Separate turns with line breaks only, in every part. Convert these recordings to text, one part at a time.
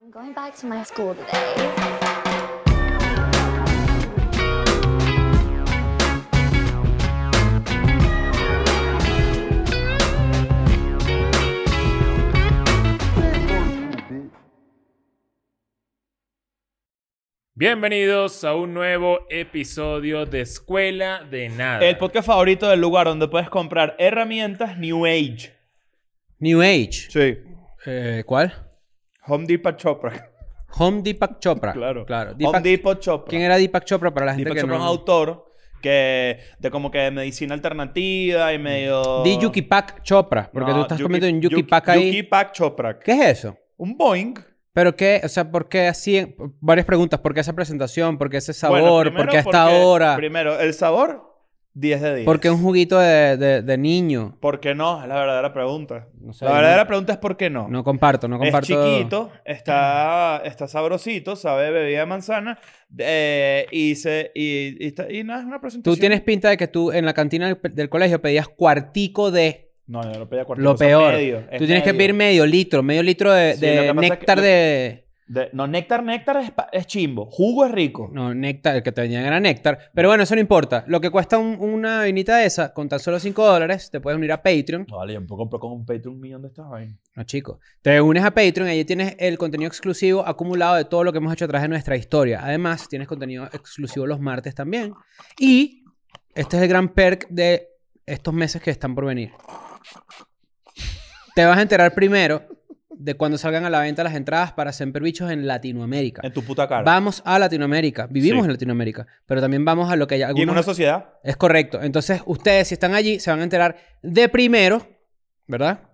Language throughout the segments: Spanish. I'm going back to my school today.
Bienvenidos a un nuevo episodio de Escuela de Nada.
El podcast favorito del lugar donde puedes comprar herramientas New Age.
New Age.
Sí.
Eh, ¿Cuál?
Home Depot Chopra.
Home Deepak Chopra.
Claro.
Ah, claro.
Home
Deepak-
Depot Chopra.
¿Quién era Deepak Chopra para la gente
Deepak
que
Chopra es
no?
un autor que de como que de medicina alternativa y medio...
Di Yuki Pak Chopra, porque
No,
tú estás comiendo un Yuki,
Yuki-
Pak ahí.
Yuki Pak Chopra.
¿Qué es eso?
Un Boeing.
Pero qué, o sea, ¿por qué así? Varias preguntas. ¿Por qué esa presentación? ¿Por qué ese sabor?
Bueno, primero
¿Por qué hasta
porque-
ahora?
Primero, el sabor, 10 de 10.
¿Por qué un juguito de, de- de niño?
¿Por qué no? Es la verdadera pregunta.
sé,
la
yo
verdadera
no-
pregunta es ¿por qué no?
No comparto, no
Es
comparto.
chiquito, está, está sabrosito, sabe a bebida de manzana eh, y, se, y, y está- y nada, es una presentación.
Tú tienes pinta de que tú en la cantina del, pe- del colegio pedías cuartico de...
No, yo no pedía cuarto.
Lo
o sea,
peor.
medio, es
tú tienes que
medio.
pedir medio litro, medio litro de,
Sí,
de
lo que pasa es que-
néctar
lo-
de...
De- no, néctar, néctar es, pa- es chimbo. Jugo es rico.
No, néctar, el que te vendían era néctar. Pero bueno, eso no importa. Lo que cuesta un- una vainita de esa, con tan solo 5 dólares, te puedes unir a Patreon.
No, vale, yo me compro con un Patreon un millón de estas vainas.
No, chico. Te unes a Patreon, allí tienes el contenido exclusivo acumulado de todo lo que hemos hecho atrás de nuestra historia. Además, tienes contenido exclusivo los martes también. Y este es el gran perk de estos meses que están por venir. Te vas a enterar primero de cuando salgan a la venta las entradas para Semper Bichos en Latinoamérica.
En tu puta cara.
Vamos a Latinoamérica, vivimos
Sí.
en Latinoamérica, pero también vamos a lo que hay
y en
algunos...
una sociedad.
Es correcto. Entonces, ustedes si están allí se van a enterar de primero, ¿verdad?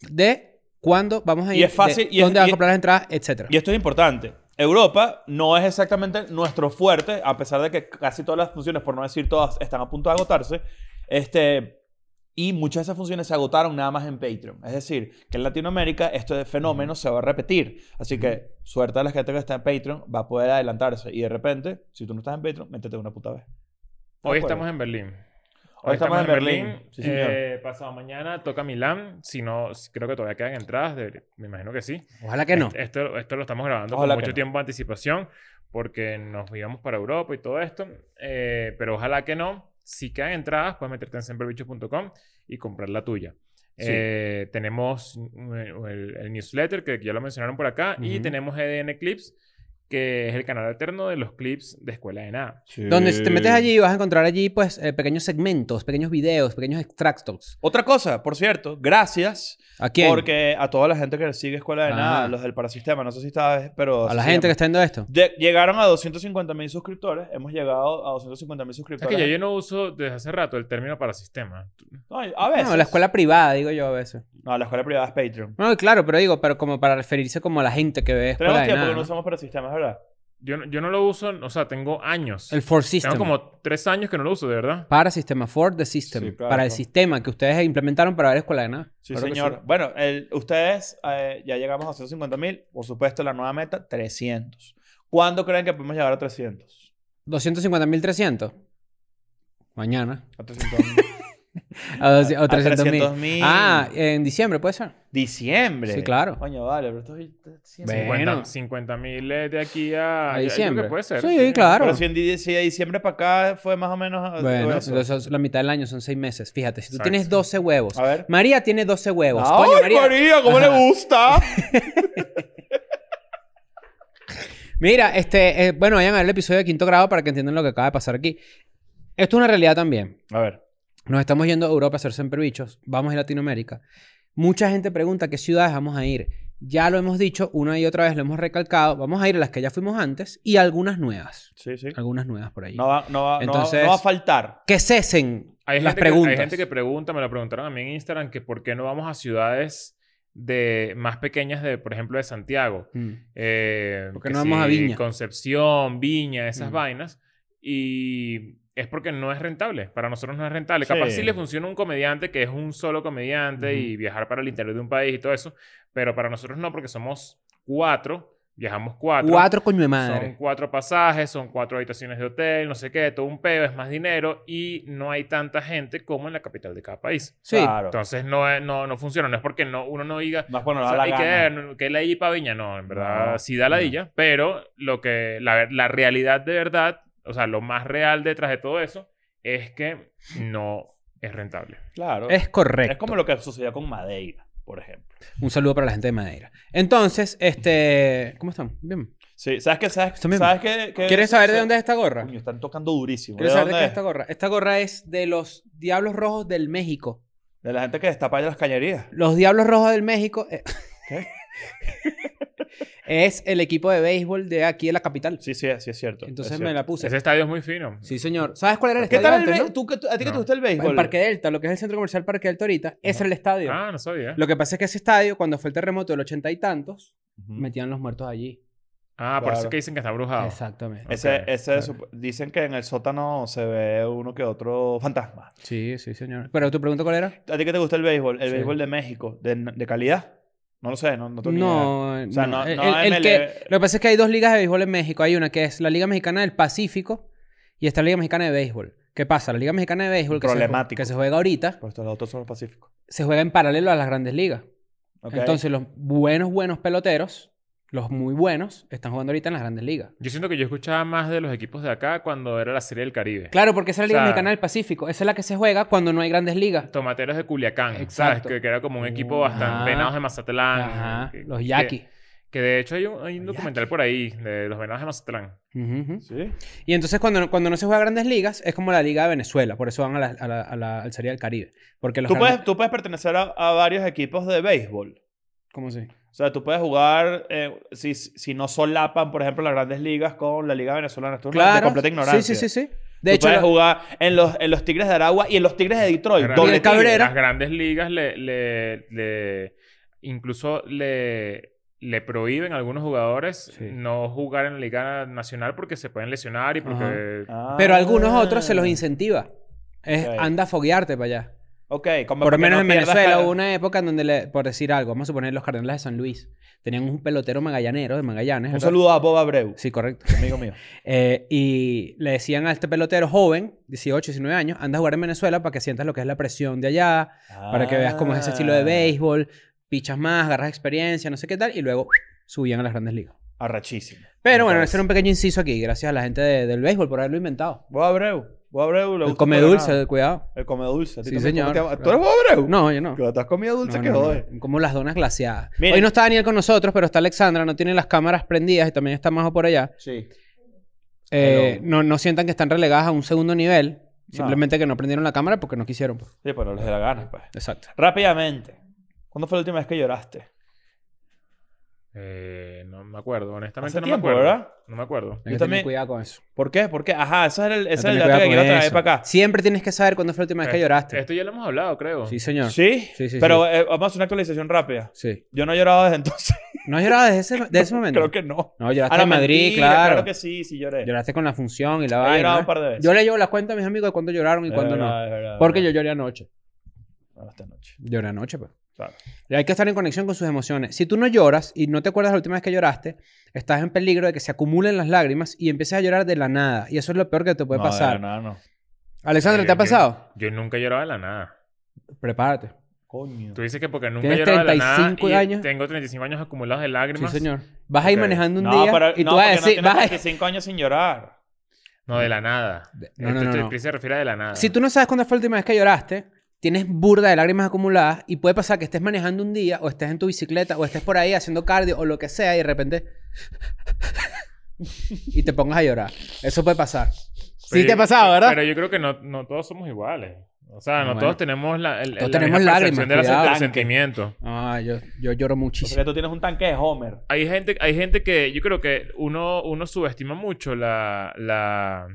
De cuándo vamos a
Y
ir,
es fácil,
de
y es-
dónde van
y-
a comprar las entradas, etcétera.
Y esto es importante. Europa no es exactamente nuestro fuerte, a pesar de que casi todas las funciones, por no decir todas, están a punto de agotarse. Este, y muchas de esas funciones se agotaron nada más en Patreon. Es decir, que en Latinoamérica este fenómeno se va a repetir. Así que suerte a la gente que está en Patreon, va a poder adelantarse. Y de repente, si tú no estás en Patreon, métete de una puta vez.
Hoy
De acuerdo.
estamos en Berlín.
Hoy estamos en Berlín. Sí, señor.
Eh, pasado mañana toca Milán. Si no, si- creo que todavía quedan entradas. debería- me imagino que sí.
Ojalá que no.
Este,
Est- Esto, esto lo estamos grabando
Ojalá
con
que
mucho
no.
tiempo de anticipación porque nos íbamos para Europa y todo esto. Eh, pero ojalá que no. Si quedan entradas, puedes meterte en semperbichos.com y comprar la tuya.
Sí.
Eh, tenemos mm, el, el newsletter que ya lo mencionaron por acá y
Ujú.
tenemos EDN Clips, que es el canal alterno de los clips de Escuela de Nada.
Donde si te metes
eh,
allí vas a encontrar allí pues eh, pequeños segmentos, pequeños videos, pequeños extractos.
Otra cosa, por cierto, gracias
¿A quién?
porque a toda la gente que sigue Escuela de
Ah.
Nada, los del Parasistema, no sé si sabes, pero...
a
así
la
se
gente que
llama.
está viendo esto.
Lle- llegaron a 250 mil suscriptores. Hemos llegado a 250 mil
Es
suscriptores.
que ya yo no uso desde hace rato el término para sistema.
Ay, a veces.
No, la escuela privada, digo yo a veces.
No, la escuela privada es Patreon.
No, claro, pero digo, pero como para referirse como a la gente que ve escuela
Tenemos
de
tiempo
nada.
que no
¿no?
usamos para sistemas, ¿verdad?
Yo, no- yo no lo uso, o sea, tengo años.
El Ford
Tengo
System.
como tres años que no lo uso, de verdad.
Para sistema, for the system.
Sí, claro.
Para el sistema que ustedes implementaron para ver escuela de nada.
Sí,
Claro que
señor. Bueno, el- ustedes eh, ya llegamos a 250 mil. Por supuesto, la nueva meta, 300. ¿Cuándo creen que podemos llegar a 300?
250.300. Mañana.
A 300 Ah,
A, doce- o
a
300.000.
300.000.
Ah, en diciembre puede ser.
Diciembre.
Sí, claro.
Coño, vale, pero esto es.
Ve. Bueno.
50 mil de aquí a,
A
yo- yo creo que
diciembre.
puede ser.
Sí, claro.
Pero si, en di- si de diciembre para acá fue más o menos. eh,
Bueno,
Ah, eso.
entonces la mitad del año son seis meses. Fíjate, si tú
Exacto.
tienes 12 huevos.
A ver.
María tiene 12 huevos.
¡Ay,
Coño,
María!
María.
¿Cómo
Ajá.
le gusta?
Mira, este, eh, bueno, vayan a ver el episodio de quinto grado para que entiendan lo que acaba de pasar aquí. Esto es una realidad también.
A ver.
Nos estamos yendo a Europa a hacer siempre bichos. Vamos a Latinoamérica. Mucha gente pregunta qué ciudades vamos a ir. Ya lo hemos dicho una y otra vez, lo hemos recalcado. Vamos a ir a las que ya fuimos antes y algunas nuevas.
Sí, sí.
Algunas nuevas por ahí.
No va, no va, no va-
Entonces-
no va a faltar.
Que cesen
Hay
las
gente
preguntas.
Que, hay gente que pregunta, me lo preguntaron a mí en Instagram, que por qué no vamos a ciudades de más pequeñas, de, por ejemplo, de Santiago.
Mm.
Eh,
¿Por qué
que
no vamos a Viña? Mm.
Concepción, Viña, esas
Ujú.
vainas. Y es porque no es rentable. Para nosotros no es rentable.
Sí.
Capaz sí le funciona a un comediante que es un solo comediante
Ujú.
y viajar para el interior de un país y todo eso. Pero para nosotros no, porque somos cuatro Viajamos cuatro.
Cuatro coño de madre.
Son cuatro pasajes, son cuatro habitaciones de hotel, no sé qué, todo un peo, es más dinero y no hay tanta gente como en la capital de cada país.
Sí.
Claro.
Entonces no, es- no, no funciona, no es porque no, uno no diga,
no es por no
o
dar
sea,
la
hay que
gana.
ver, no, que la I para Viña, no, en verdad
No,
sí da la illa, pero lo que, la, ver- la realidad de verdad, o sea, lo más real detrás de todo eso es que no es rentable.
Claro.
Es correcto.
Es como lo que sucedió con Madeira, por ejemplo.
Un saludo para la gente de Madeira. Entonces, este. ¿Cómo están? Bien.
Sí, ¿sabes qué? ¿Sabes,
Está bien.
¿sabes qué? qué-
¿Quieres saber de
se-
dónde es esta gorra?
Coño, están tocando durísimo. ¿De
¿Quieres saber de
dónde
qué es
es?
esta gorra? Esta gorra es de los Diablos Rojos del México.
De la gente que destapa ya las cañerías.
Los Diablos Rojos del México eh,
¿Qué?
es el equipo de béisbol de aquí de la capital.
Sí, sí, sí, es cierto.
Entonces
es
me
cierto.
la puse.
Ese estadio es muy fino.
Sí, señor. ¿Sabes cuál era el
¿Qué
estadio
tal el
antes,
béisbol?
no?
¿Tú, que- ¿A ti que
No.
te gusta el béisbol?
El Parque Delta, lo que es el centro comercial Parque Delta ahorita, ese era el estadio.
Ah, no sabía.
Lo que pasa es que ese estadio, cuando fue el terremoto del ochenta y tantos,
Ujú.
metían los muertos allí.
Ah, por eso
Claro.
que dicen que está
Ah.
brujado.
Exactamente.
Ese,
Ok,
ese
claro.
sup- dicen que en el sótano se ve uno que otro fantasma.
Sí, sí, señor. Pero tu pregunta cuál era?
¿A ti que te gusta el béisbol? ¿El
Sí.
béisbol de México? ¿De, de calidad? No lo sé, no, no tengo ni idea.
No,
O sea,
no.
no-
El-
no
el- el
MLB.
que- lo que pasa es que hay dos ligas de béisbol en México. Hay una que es la Liga Mexicana del Pacífico y está la Liga Mexicana de Béisbol. ¿Qué pasa? La Liga Mexicana de Béisbol, que, se,
Problemático.
que se juega ahorita,
Pero estos los otros son los pacíficos.
se juega en paralelo a las grandes ligas.
Ok.
Entonces, los buenos, buenos peloteros, los muy buenos, están jugando ahorita en las grandes ligas.
Yo siento que yo escuchaba más de los equipos de acá cuando era la Serie del Caribe.
Claro, porque esa es la Liga
O sea-
Mexicana del Pacífico. Esa es la que se juega cuando no hay grandes ligas.
Tomateros de Culiacán, ¿sabes?
Exacto. Uh,
Que, que era como un equipo
Ajá.
bastante... Venados de Mazatlán.
Ah,
Ajá,
que-
los
que-
yaquis.
Que, de hecho hay un, hay un
Los
documental por ahí de los Venados de Mazatlán.
Ujú, ujú.
¿Sí?
Y entonces cuando no, cuando no se juega grandes ligas es como la liga de Venezuela, por eso van a la, a la, a la- al Serie del Caribe. Porque los
Tú
grandes-
puedes, tú puedes pertenecer a, a varios equipos de béisbol.
¿Cómo así?
O sea, tú puedes jugar, eh, si, si no solapan, por ejemplo, las grandes ligas con la Liga Venezolana. Esto es una de completa ignorancia.
Sí, sí, sí, sí.
De
De hecho,
puedes
la-
jugar en los, en los Tigres de Aragua y en los Tigres de Detroit.
Gran-
Doble
Miguel Cabrera.
Las grandes ligas le, le- le- incluso le, le prohíben a algunos jugadores
Sí.
no jugar en la Liga Nacional porque se pueden lesionar y porque...
Tigre.
pero a algunos
Ah.
otros se los incentiva. Es
Ok.
anda a foguearte para allá.
Ok, como
Por
para
lo
que
menos
no
en
pierdas
Venezuela
cara.
hubo una época en donde, le- por decir algo, vamos a suponer los Cardenales de San Luis, tenían un pelotero magallanero de Magallanes.
Un
¿verdad?
saludo a Bob Abreu,
Sí, correcto.
amigo mío.
Eh, y le decían a este pelotero joven, 18, 19 años, anda a jugar en Venezuela para que sientas lo que es la presión de allá, para que veas cómo es ese estilo
Ah,
de béisbol, pichas más, agarras experiencia, no sé qué tal, y luego subían a las grandes ligas.
Arrachísimo. Me
Pero bueno,
parece.
ese era un pequeño inciso aquí, gracias a la gente de- del béisbol por haberlo inventado.
Bob Abreu. Bob Abreu. le
El
gusta
come
todo o
dulce,
nada.
cuidado.
El come dulce. ¿A ti
Sí,
también
señor.
cómo te llama? ¿Tú eres Bob Abreu?
No, yo no.
Que ¿Te has comido dulce
No,
que
no, no.
jode?
Como las donas glaciadas.
Miren.
Hoy no está Daniel con nosotros, pero está Alexandra, no tiene las cámaras prendidas y también está Majo por allá.
Sí.
Eh,
Hello. Ah.
no, no sientan que están relegadas a un segundo nivel,
No.
simplemente que no prendieron la cámara porque no quisieron. pues.
Sí, pero les da la gana, pues.
Exacto.
Rápidamente. ¿Cuándo fue la última vez que lloraste?
eh, no me acuerdo, honestamente
Hace
no
tiempo,
me acuerdo.
¿verdad?
No me acuerdo.
Hay
Yo
que tener
también-
cuidado con eso.
¿Por qué? ¿Por qué? Ajá, ese es el, ese
Hay
es
que
el
tener
dato que
cuidado
quiero
con
traer
eso.
para acá.
Siempre tienes que saber cuándo fue la última vez que lloraste.
Esto ya lo hemos hablado, creo.
Sí, señor.
¿Sí?
Sí, sí,
Pero eh, vamos a hacer una actualización rápida.
Sí.
Yo no he llorado desde entonces.
¿No has llorado desde ese, de ese momento?
Creo que no.
No, lloraste
Ah, no,
en Madrid,
mentira,
claro.
Claro que sí, sí lloré.
Lloraste con la función y la
He
vaina.
llorado
¿eh?
un par de veces.
Yo le llevo la cuenta a mis amigos de cuándo lloraron y
Es
cuándo no.
verdad, es verdad, es
Porque yo
verdad.
lloré anoche.
Bueno, esta noche.
Lloré anoche, pues.
Claro.
Y hay que estar en conexión con sus emociones. Si tú no lloras y no te acuerdas la última vez que lloraste, estás en peligro de que se acumulen las lágrimas y empieces a llorar de la nada. Y eso es lo peor que te puede
No, de
pasar.
verdad, no.
Alexandra,
Yo-
¿te ha
yo-
pasado?
Yo nunca lloraba de la nada.
Prepárate.
Coño.
Tú dices que porque nunca
Tienes
lloraba de la nada
35
y
años.
tengo 35 años acumulados de
Sí,
lágrimas.
señor. Vas a ir
Ok.
manejando un
no,
día
pero,
y
no,
tú vas a
porque
decir...
no
vas a-
tienes 25 años sin llorar.
No, de la nada.
De- no,
No,
no, no, no.
se refiere a de la nada.
Si tú no sabes cuándo fue la última vez que lloraste, tienes burda de lágrimas acumuladas y puede pasar que estés manejando un día o estés en tu bicicleta o estés por ahí haciendo cardio o lo que sea y de repente... y te pongas a llorar. Eso puede pasar.
Pero
sí te
yo-
ha pasado, ¿verdad?
Pero yo creo que no, no todos somos iguales. O sea, no
Bueno.
todos tenemos la, el,
Todos
la
tenemos
misma
lágrimas,
percepción de la-
cuidado.
del sentimiento.
Ah, yo, yo lloro muchísimo.
Porque tú tienes un tanque de Homer.
Hay gente, hay gente que yo creo que uno, uno subestima mucho la, la,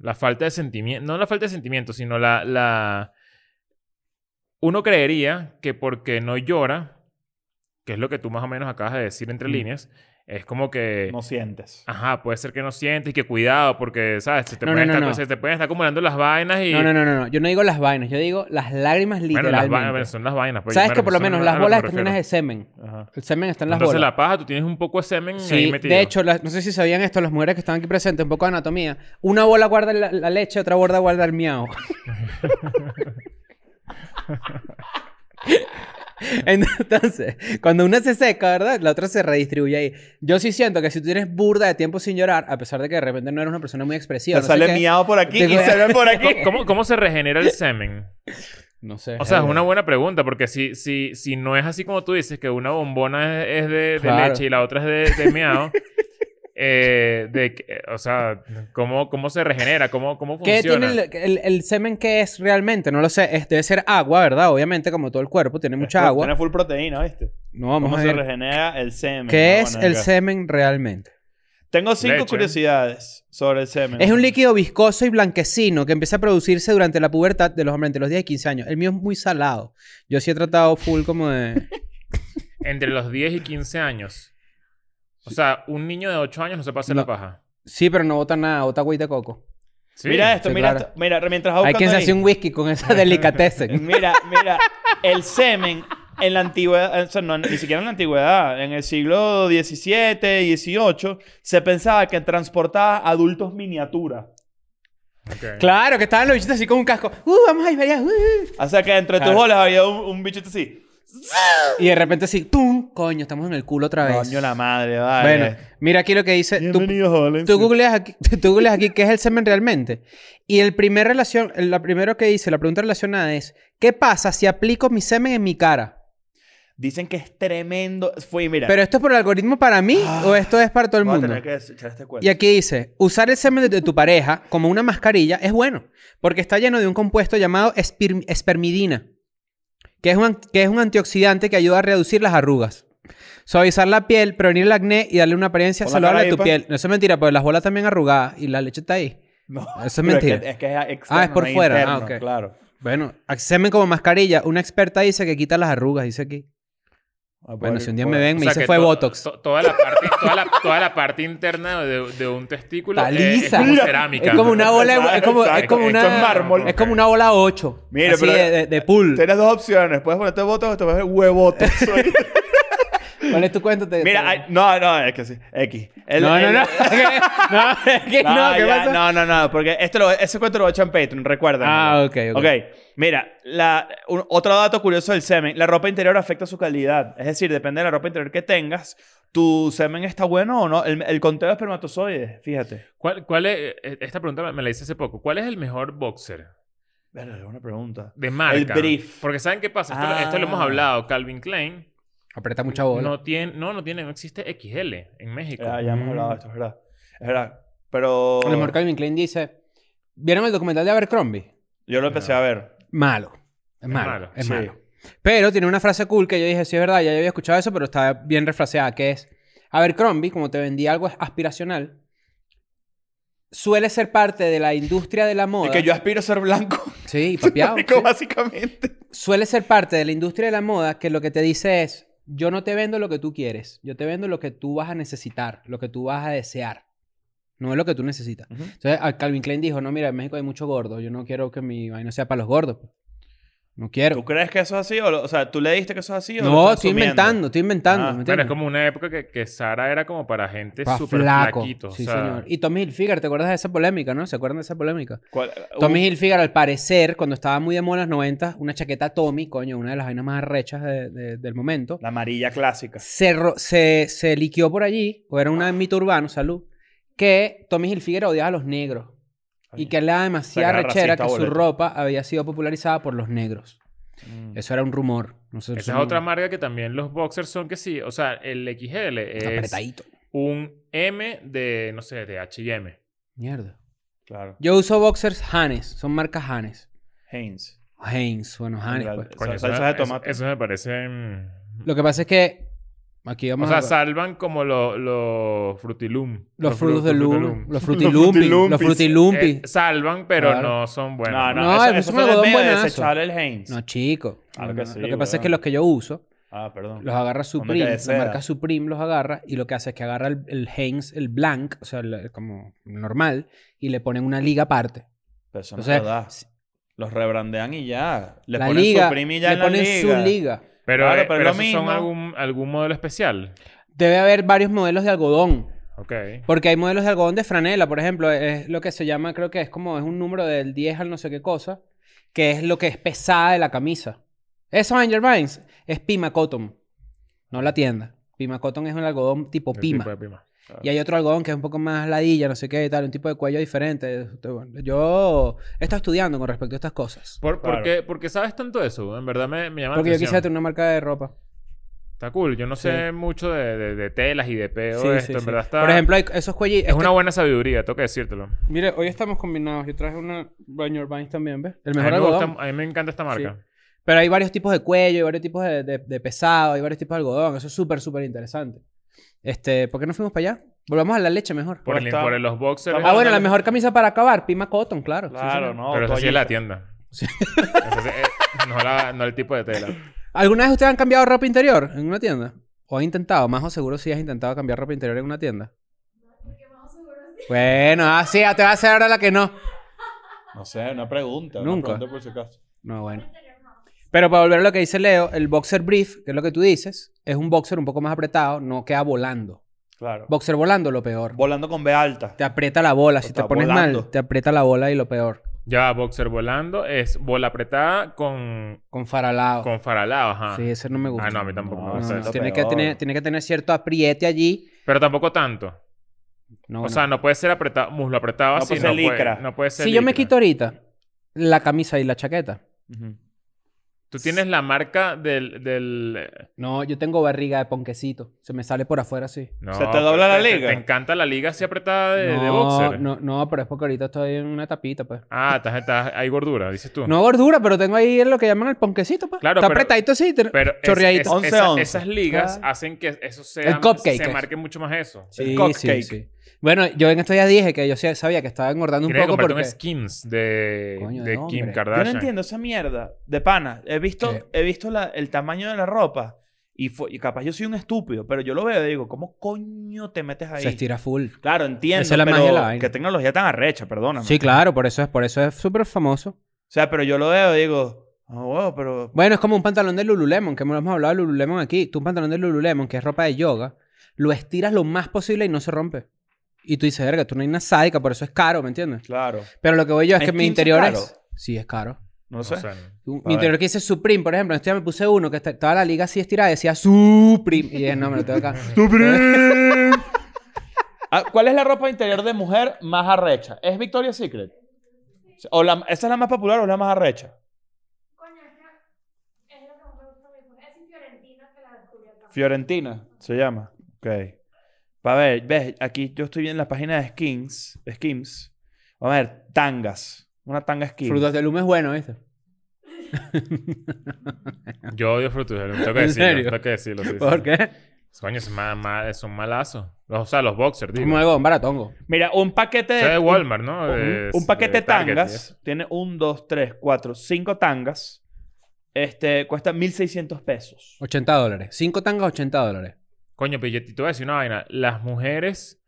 la falta de sentimiento. No la falta de sentimiento, sino la, la... Uno creería que porque no llora, que es lo que tú más o menos acabas de decir entre
Mm.
líneas, Es como que...
No sientes.
Ajá, puede ser que no sientes y que cuidado porque, ¿sabes? Se te,
No,
pueden,
no, no,
estar, pues,
no.
se te pueden estar acumulando las vainas y...
No, no, no, no, no. Yo no digo las vainas, yo digo las lágrimas
Bueno, las
literalmente.
vainas bueno, son las vainas. pues,
Sabes
claro,
que por lo
son
menos
a
las
que
bolas
me
están llenas de
refiero.
semen.
Ajá.
El semen está en las
Entonces
bolas.
la paja, tú tienes un poco de semen ahí
Sí,
metido.
de hecho, las- no sé si sabían esto, las mujeres que están aquí presentes, un poco de anatomía. Una bola guarda la, la leche, otra bola guarda el miau. Entonces, cuando una se seca, ¿verdad? La otra se redistribuye ahí. Yo sí siento que si tú tienes burda de tiempo sin llorar, a pesar de que de repente no eres una persona muy expresiva,
Te
no sé
sale
qué,
miado por aquí
Te-
y se ve por aquí.
¿Cómo- ¿Cómo, ¿Cómo se regenera el semen?
No sé.
O sea, es una buena pregunta, porque si, si, si no es así como tú dices, que una bombona es, es de, de
Claro.
leche y la otra es de, de miau, eh, de, que- o sea, ¿cómo, ¿cómo se regenera? ¿Cómo, cómo
¿Qué
funciona?
tiene el, el- el semen que es realmente? No lo sé. Es- debe ser agua, ¿verdad? Obviamente, como todo el cuerpo, tiene mucha
Esto
agua.
Tiene full proteína, ¿viste?
No, vamos
¿Cómo
a
se
ver.
regenera el semen?
¿Qué
Ah,
es
bueno,
el
acá.
semen realmente?
Tengo cinco
Leche.
curiosidades sobre el semen.
Es un líquido viscoso y blanquecino que empieza a producirse durante la pubertad de los hombres entre los 10 y 15 años. El mío es muy salado. Yo sí he tratado full como de...
Entre los 10 y 15 años. O sea, un niño de 8 años no se pasa la
No.
paja.
Sí, pero no bota nada, bota agüita de coco.
Sí.
Mira esto,
sí,
mira
claro.
esto. Mira, mientras va
Hay quien se
buscando
hace
ahí.
un whisky con esa delicatessen.
Mira, mira. El semen en la antigüedad, o sea, no, ni siquiera en la antigüedad, en el siglo XVII, XVIII, se pensaba que transportaba adultos miniatura.
Ok.
claro, que estaban los bichitos así con un casco. ¡Uh, vamos a ir, vaya, uh, uh.
O sea que entre
Claro.
tus bolas había un, un bichito así.
Y de repente así, ¡tum! Coño, estamos en el culo otra vez.
Coño la madre, vale.
Bueno, mira aquí lo que dice... tú-
Bienvenidos a Valencia.
Tú googleas aquí, tú googleas aquí qué es el semen realmente. Y el primer relación, la primero que dice, la pregunta relacionada es, ¿qué pasa si aplico mi semen en mi cara?
Dicen que es tremendo. Fue, mira.
¿Pero esto es por el algoritmo para mí
Ah,
o esto es para todo el
voy a
mundo?
tener que echar este cuento.
Y aquí dice, usar el semen de- de tu pareja como una mascarilla es bueno, porque está lleno de un compuesto llamado espir- espermidina, que es, un, an- que es un antioxidante que ayuda a reducir las arrugas, suavizar la piel, prevenir el acné y darle una apariencia
Pon la
saludable
cara
a
ahí,
tu
pa.
piel. No, eso es mentira, porque las bolas también arrugadas y la leche está ahí.
No,
Eso es
pero
mentira.
Es que es, que es
Ah, es
externo,
por
no
fuera. Ah,
interno,
ok.
Claro.
Bueno, ac- semen como mascarilla. Una experta dice que quita las arrugas, dice aquí.
Ah,
Bueno,
por-
si un día
por-
me ven,
O
me
sea
dice
que
fue
to-
Botox.
to- toda, la parte, toda, la, toda la parte interna de, de un testículo
eh,
Está
es- es,
lisa.
como
Mira,
cerámica.
Es como una bola, es como, es
Exacto,
como
esto es
una,
mármol.
es como una bola 8.
Mira,
así
pero-
de, de, de pool.
Tienes dos opciones. Puedes ponerte botox o te puedes poner huevotos.
¿Cuál es tu cuento? Te-
Mira,
te-
hay- no, no, es que sí. X. El-
no, no,
el-
no. no, es que
No,
no, ¿qué
ya,
pasa?
no, no, no, porque esto lo- ese cuento lo voy a echar en Patreon, recuerda.
Ah, ok, ok.
mira, la- un- otro dato curioso del semen, la ropa interior afecta su calidad. Es decir, depende de la ropa interior que tengas, tu semen está bueno o no. El, el conteo de espermatozoides, fíjate.
¿Cuál, cuál es, eh, esta pregunta me la hice hace poco. ¿Cuál es el mejor boxer?
Verga, es una pregunta.
De marca.
El brief.
Porque ¿saben qué pasa? Esto, lo-
Ah.
esto lo hemos hablado. Calvin Klein
Aprieta mucha bola.
no tiene... No, no tiene... No existe XL en México.
Ah, ya hemos
Mm.
hablado de esto, es verdad. Es verdad. Pero
A lo mejor Calvin Klein dice, ¿vieron el documental de Abercrombie?
yo lo empecé a ver.
Malo.
Es
Es malo.
malo,
Es
sí.
malo. Pero tiene una frase cool que yo dije, sí es verdad, ya yo había escuchado eso, pero está bien refraseada, que es, Abercrombie, como te vendí algo aspiracional, suele ser parte de la industria de la moda.
Y que yo aspiro a ser blanco,
Sí, y papeado. sí.
básicamente.
Suele ser parte de la industria de la moda que lo que te dice es, yo no te vendo lo que tú quieres, yo te vendo lo que tú vas a necesitar, lo que tú vas a desear. No es lo que tú necesitas.
Ujú.
Entonces, a- Calvin Klein dijo, no, mira, en México hay mucho gordo, yo no quiero que mi vaina sea para los gordos. pues. No quiero.
¿Tú crees que eso es así? O, lo- o sea, ¿tú le diste que eso es así? o lo
No,
estás
estoy
asumiendo?
inventando, estoy inventando.
Ah,
¿me
Bueno,
entiendes?
es como una época que, que Sara era como para gente
Pa'
súper
flaco.
flaquito. o
Sí,
sea,
señor. Y Tommy Hilfiger, ¿te acuerdas de esa polémica, no? ¿Se acuerdan de esa polémica?
¿Cuál-
Uh.
Tommy Hilfiger, al parecer, cuando estaba muy de moda en los 90, una chaqueta Tommy, coño, una de las vainas más arrechas de- de- del momento,
Uh, La amarilla clásica.
se, ro- se, se liqueó por allí, o era una mito urbano, salud, que Tommy Hilfiger odiaba a los negros. Y que le daba demasiada
Sacar
rechera
racista,
que su
boleto.
ropa había sido popularizada por los negros.
Mm.
Eso era un rumor. No sé, eso
Esa es
no-
otra marca que también los boxers son que sí. O sea, el XL es
Apretadito.
un M de, no sé, de H&M.
Mierda.
Claro.
Yo uso boxers Hanes. Son marcas Hanes.
Haynes.
Hanes. Bueno, Hanes.
Claro.
pues.
Coño, eso,
Sa- salsa de
eso-
tomate.
eso me parece... mm,
Lo que pasa es que... Aquí
O
vamos
sea,
a...
salvan como los los frutilum.
Los
fru-
frutos de Loom. Los frutilumpis.
frutilumpis.
Los
Eh,
frutilumpis.
salvan, pero
Claro.
no son buenos.
No, no,
No,
eso,
es
eso
un
fue
algodón
medio
buenazo.
desechable el Haynes.
No, chico.
Claro
No,
que
no.
sí,
lo que pasa es
weón.
que los que yo uso
Ah, perdón.
Los agarra Supreme,
quede
la
seda.
marca Supreme los agarra y lo que hace es que agarra el, el Hanes, el blank, o sea, el- como normal, y le ponen una liga aparte.
Pero eso no es
Entonces,
verdad.
si-
Los rebrandean y ya. Le
la
ponen
liga,
Supreme y ya
le
en la
ponen
liga.
su liga.
Pero,
Claro,
eh,
pero
pero,
lo
esos son
mismo.
algún, algún modelo especial.
Debe haber varios modelos de algodón.
Ok.
Porque hay modelos de algodón de franela, por ejemplo, es lo que se llama, creo que es como, es un número del 10 al no sé qué cosa, que es lo que es pesada de la camisa. Eso, Angel Vines, es Pima Cotton, no la tienda. Pima Cotton es un algodón tipo
El
Pima.
tipo de pima.
Y hay otro algodón que es un poco más ladilla, no sé qué y tal, un tipo de cuello diferente. Este, Yo he estado estudiando con respecto a estas cosas.
¿Por, por
Claro.
qué, por qué sabes tanto eso? En verdad me, me llama
Porque
la
yo
atención.
quisiera tener una marca de ropa.
Está cool. Yo no sé mucho de, de- de telas y de peo
Sí,
esto.
sí,
en
sí.
verdad está...
Por ejemplo, este hay esos cuellos.
Es una buena sabiduría, tengo que decírtelo.
Mire, hoy estamos combinados. Yo traje una Bañor Vines también, ¿ves? El mejor
a, mí me gusta-
algodón.
a mí me encanta esta marca.
Pero hay varios tipos de cuello, hay varios tipos de, de- de pesado, hay varios tipos de algodón. Eso es súper, súper interesante. Este, ¿Por qué no fuimos para allá? Volvamos a la leche mejor.
Por, el-
está-
por el- los boxers.
está
Ah, bueno, la
Ándale.
mejor camisa para acabar, Pima Cotton, claro. Sí,
Claro,
señor.
no.
pero esa sí es
toallita.
la tienda. Esa sí es- no, la- no el tipo de tela.
¿Alguna vez ustedes han cambiado ropa interior en una tienda? ¿O han intentado? Más o seguro si has intentado cambiar ropa interior en una tienda. Bueno, así te va a hacer ahora la que no.
No sé, una pregunta. una
Nunca.
pregunta por si acaso.
No, bueno. Pero para volver a lo que dice Leo, el boxer brief, que es lo que tú dices, es un boxer un poco más apretado, no queda volando.
Claro.
Boxer volando, lo peor.
Volando con B alta.
Te aprieta la bola, si
Está
te pones
volando.
mal, te aprieta la bola y lo peor.
Ya, va, boxer volando es bola apretada con,
Con faralado.
con faralado, ajá.
Oh. Sí, ese no me gusta.
Ah, no, a mí tampoco
No,
me
No,
gusta
no,
eso.
está
tiene, que
peor.
tener, tiene que tener cierto apriete allí.
Pero tampoco tanto.
No,
O
bueno.
sea, no puede ser apretado, muslo apretado
No
así.
puede ser licra.
Puede, no puede ser
si yo me
licra.
quito ahorita la camisa y la chaqueta,
Ujú.
Tú tienes la marca del... del...
No, yo tengo barriga de ponquecito. Se me sale por afuera así.
No,
¿Se te dobla la
te-
liga?
Te, encanta la liga así apretada Eh, de,
no,
de boxer.
No, no, pero es porque ahorita estoy en una tapita, pues.
Ah, estás, estás- hay gordura, dices tú.
No gordura, pero tengo ahí lo que llaman el ponquecito, pues.
Claro,
Está
pero-
apretadito así, te-
Pero es-
chorreadito.
es-
11,
esa-
11.
esas ligas
Ah.
hacen que eso sea...
El cupcake pues.
Se
es.
marque mucho más eso.
el cupcake.
Bueno, yo en estos días dije que yo sí sabía que estaba engordando un
Tienes que
poco
comprarte
porque...
un skins de,
Coño,
de
no,
Kim
hombre.
Kardashian.
Yo no entiendo esa mierda de pana. He visto,
¿Qué?
he visto la- el tamaño de la ropa y, fue- y capaz yo soy un estúpido, pero yo lo veo y digo, ¿cómo coño te metes ahí?
Se estira full.
Claro, entiendo,
Esa es la
pero
magia de la vaina.
qué tecnología tan arrecha, perdóname.
Sí, claro, por eso es por eso es súper famoso.
O sea, pero yo lo veo y digo, oh, wow, pero
Bueno, es como un pantalón de Lululemon, que hemos hablado de Lululemon aquí. Tú un pantalón de Lululemon, que es ropa de yoga, lo estiras lo más posible y no se rompe. Y tú dices, verga, tú no hay una sádica, por eso es caro, ¿me entiendes?
claro,
Pero lo que voy yo es que mi
15
interior
caro?
es... Sí, es caro.
no,
No
sé.
sé.
Un-
ver.
Mi interior que dice Supreme, por ejemplo. En este día me puse uno que esta- toda la liga así estirada y decía Supreme. Y dije, no, me lo tengo acá.
Ah, ¿Cuál es la ropa interior de mujer más arrecha? ¿Es Victoria's Secret? O la- ¿Esa es la más popular o es la más arrecha?
Coño, es que es lo que más me gusta a mí, porque es Fiorentina que la descubrió acá.
Fiorentina se llama. Ok. Para ver, ves, aquí yo estoy en la página de Skins. de Skims. Vamos a ver, tangas. Una tanga skin.
Frutos de Lume es bueno, ¿viste?
Yo odio frutos del Tengo que
¿En
decirlo.
serio?
Tengo que decirlo. sí, sí.
¿Por qué?
Coño, son, ma- ma- son malazos. Los- o sea, los boxers, digo.
Como algo baratongo.
Mira, un paquete
O sea, de
de. Eh, un-
Walmart, ¿no?
Un,
De-
un paquete
pues,
de
eh, Target y
tangas.
eso.
Tiene un, dos, tres, cuatro, cinco tangas. Este, cuesta 1.600 pesos.
80 dólares. Cinco tangas, 80 dólares.
Coño, pero yo te te voy a decir una vaina. Las mujeres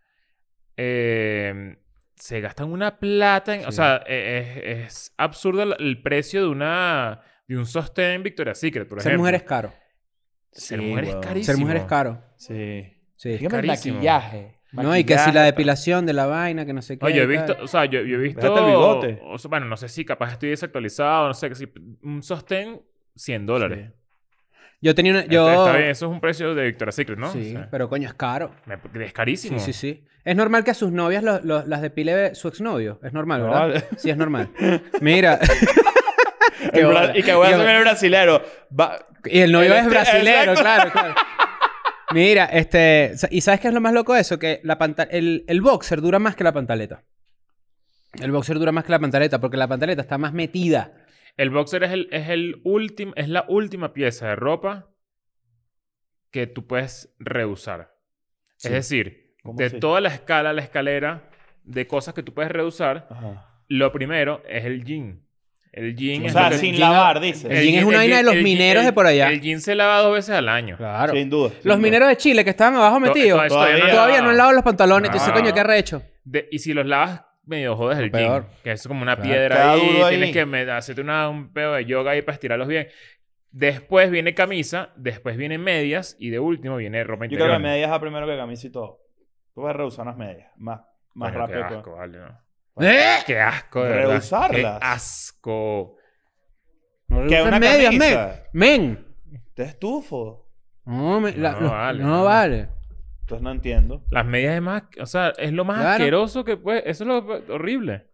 eh, se gastan una plata en... O
Sí.
sea, eh, es, es absurdo el, el precio de una... De un sostén Victoria's Secret, por
Ser
ejemplo.
mujer es caro.
Ser
Sí,
mujer es
weón.
carísimo.
Ser mujer es caro.
Sí.
Sí.
Dígame el
carísimo.
maquillaje.
No, y que si la
Maquillaje,
depilación de la vaina, que no sé qué.
Oye,
y
he
tal.
visto, o sea, yo, yo he visto.
Déjate el bigote.
o sea, bueno, no sé si capaz estoy desactualizado, no sé, que si un sostén, 100 dólares.
Yo tenía una.
Está-
Yo...
Está bien, eso es un precio de Victoria's Secret, ¿no?
Sí,
O sea,
pero coño, es caro.
me- es carísimo.
Sí, sí, sí. Es normal que a sus novias los- los- las depile su exnovio. Es normal,
No,
¿verdad?
vale.
Sí, es normal. Mira.
El
Qué
bra-
bola.
y que voy a
Yo-
hacer el brasilero. Va-
Y el novio
El
es
este-
brasilero,
exacto.
claro, claro. Mira, este. sa- ¿Y sabes qué es lo más loco de eso? Que la panta- el, el boxer dura más que la pantaleta. El boxer dura más que la pantaleta porque la pantaleta está más metida.
El boxer es, el, es, el último es la última pieza de ropa que tú puedes reusar.
Sí.
Es decir,
¿Cómo
de
así?
toda la escala,
Ah.
la escalera de cosas que tú puedes reusar,
Ajá.
lo primero es el jean. El jean
O
es
sea,
lo que-
sin
jean-
lavar, dice.
El jean es una vaina de los mineros de por allá.
El jean se lava dos veces al año.
Claro.
Sin duda.
Los mineros de Chile que estaban abajo
To- Ah.
metidos.
to-
Todavía.
han
Todavía no han lavado los pantalones.
No.
Entonces, coño, ¿qué arrecho?
De- y si los lavas, medio jodes el
Peor.
jean. Que es como una
Claro.
piedra
Queda
ahí.
duro ahí.
Tienes que me- hacerte una- un pedo de yoga ahí para estirarlos bien. Después viene camisa, después viene medias y de último viene ropa
Yo
interior.
creo que medias va primero que camisa y todo. Tú vas a rehusar unas medias. Más, más
Coño,
rápido.
Qué
que-
asco, vale, ¿no?
¿Eh?
Qué asco, de verdad. Qué
Rehusarlas.
asco.
Que una
medias, men.
camisa.
Men.
Te estufo.
No, me- la-
No
los-
vale,
no
no.
vale.
Entonces no entiendo.
Las medias es más, o sea, es lo más
Claro.
asqueroso que puede, eso es lo horrible.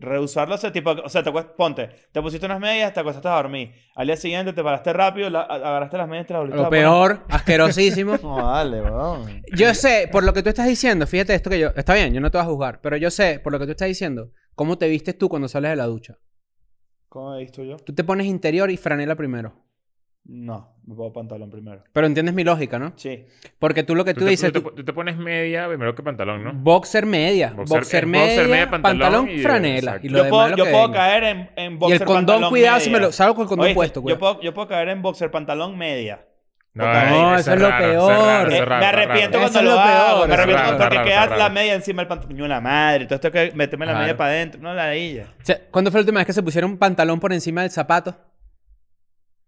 Rehusarlas, o sea, tipo, o sea, te acuest- ponte, te pusiste unas medias, te acostaste a dormir. Al día siguiente te paraste rápido, la- a- agarraste las medias, te las volviste
Lo
a poner.
peor, asquerosísimo.
No, vale, weón.
Yo sé, por lo que tú estás diciendo, fíjate esto que yo. Está bien, yo no te voy a juzgar, pero yo sé, por lo que tú estás diciendo, cómo te vistes tú cuando sales de la ducha.
¿Cómo he visto yo?
Tú te pones interior y franela primero.
No, me pongo pantalón primero.
Pero entiendes mi lógica, ¿no?
Sí.
Porque tú lo que tú,
te-
dices,
tú,
tú-
te- tú te pones media primero que pantalón,
Mm.
¿no?
boxer media,
Boxer-
boxer,
es
media,
boxer media, pantalón
pantalón,
y-
franela.
exacto.
Y lo
Yo
demás
puedo,
lo
yo
que
puedo
venga.
caer en, en boxer
Y el condón,
pantalón
cuidado
media.
si me lo salgo con el condón
Oíste,
puesto, pues.
yo
cuidado.
puedo, yo puedo caer en boxer pantalón media. No,
eh,
eso es lo
raro, eso es raro, eso es
peor. Eh,
Eh,
raro,
me
eso es
arrepiento
raro.
Eso
cuando
es
lo,
lo
hago.
peor,
Me
eso es
arrepiento
raro,
porque
raro,
queda
raro.
la media encima del pantalón. Coño, la madre. Entonces tengo que meterme la
Claro.
media para adentro. No, la ella.
O sea, ¿Cuándo fue la última vez que se pusieron un pantalón por encima del zapato?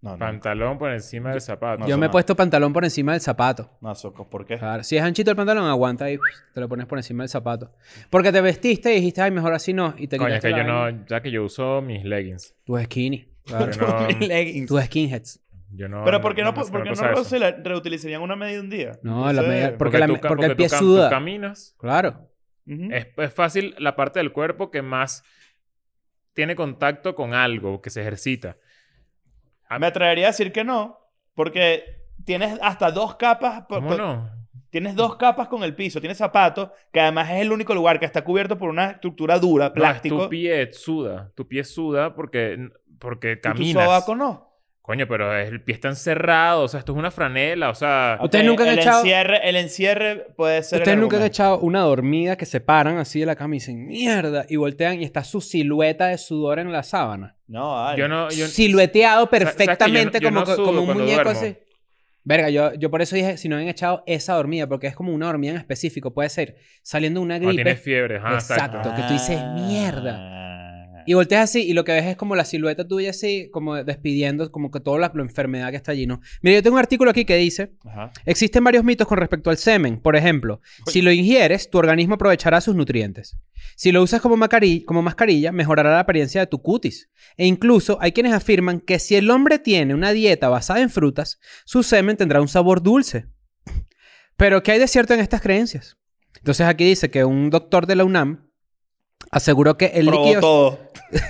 No, no.
Pantalón por encima del zapato.
No,
yo
eso
me he
no.
puesto pantalón por encima del zapato.
No, Soco, ¿por qué?
Claro, si es anchito el pantalón, aguanta ahí, te lo pones por encima del zapato. Porque te vestiste y dijiste, ay, mejor así no, y te
Coño, es
quitaste
que
la
yo
vaina.
no, ya que yo uso mis leggings.
Tus skinny, claro.
Yo no,
Leggings.
tus skinheads.
yo no-
Pero ¿por qué no,
me hace
por qué no
cosa eso.
reutiliza- reutilizarían una media un día?
No, la
Entonces,
media- porque la
tú
me-
ca-
porque el pie
tú cam-
suda.
Tú caminas.
Claro.
ujú.
Es, es fácil la parte del cuerpo que más tiene contacto con algo, que se ejercita.
Me atrevería a decir que no, porque tienes hasta dos capas. por-
¿Cómo
por-
no?
Tienes dos capas con el piso, tienes zapatos, que además es el único lugar que está cubierto por una estructura dura,
No, es
plástico.
tu pie suda. Tu pie suda porque, porque
y tu
caminas.
sobaco no.
Coño, pero es- el pie está encerrado. O sea, esto es una franela. O sea,
Ah, Ustedes
Ok,
nunca han
el
echado-
Encierre, el encierre puede ser. el
Ustedes nunca han
argumento.
echado una dormida que se paran así de la cama y dicen, mierda, y voltean y está su silueta de sudor en la sábana.
No, vale.
yo no... Yo,
Silueteado
que yo no-
perfectamente
yo no
como,
sudo
como un
cuando
muñeco
duermo.
así. Verga, yo, yo por eso dije, si no han echado esa dormida, porque es como una dormida en específico, puede ser saliendo de una
cuando
gripe.
Ah, tienes fiebre. ajá,
Exacto.
exacto.
que tú dices,
Ah.
mierda. Y volteas así y lo que ves es como la silueta tuya así, como despidiendo, como que toda la, la enfermedad que está allí, ¿no? Mira, yo tengo un artículo aquí que dice,
Ajá.
existen varios mitos con respecto al semen. Por ejemplo, si lo ingieres, tu organismo aprovechará sus nutrientes. Si lo usas como, macari- como mascarilla, mejorará la apariencia de tu cutis. E incluso hay quienes afirman que si el hombre tiene una dieta basada en frutas, su semen tendrá un sabor dulce. Pero, ¿qué hay de cierto en estas creencias? Entonces aquí dice que un doctor de la UNAM aseguró que el
Probó
líquido...
todo.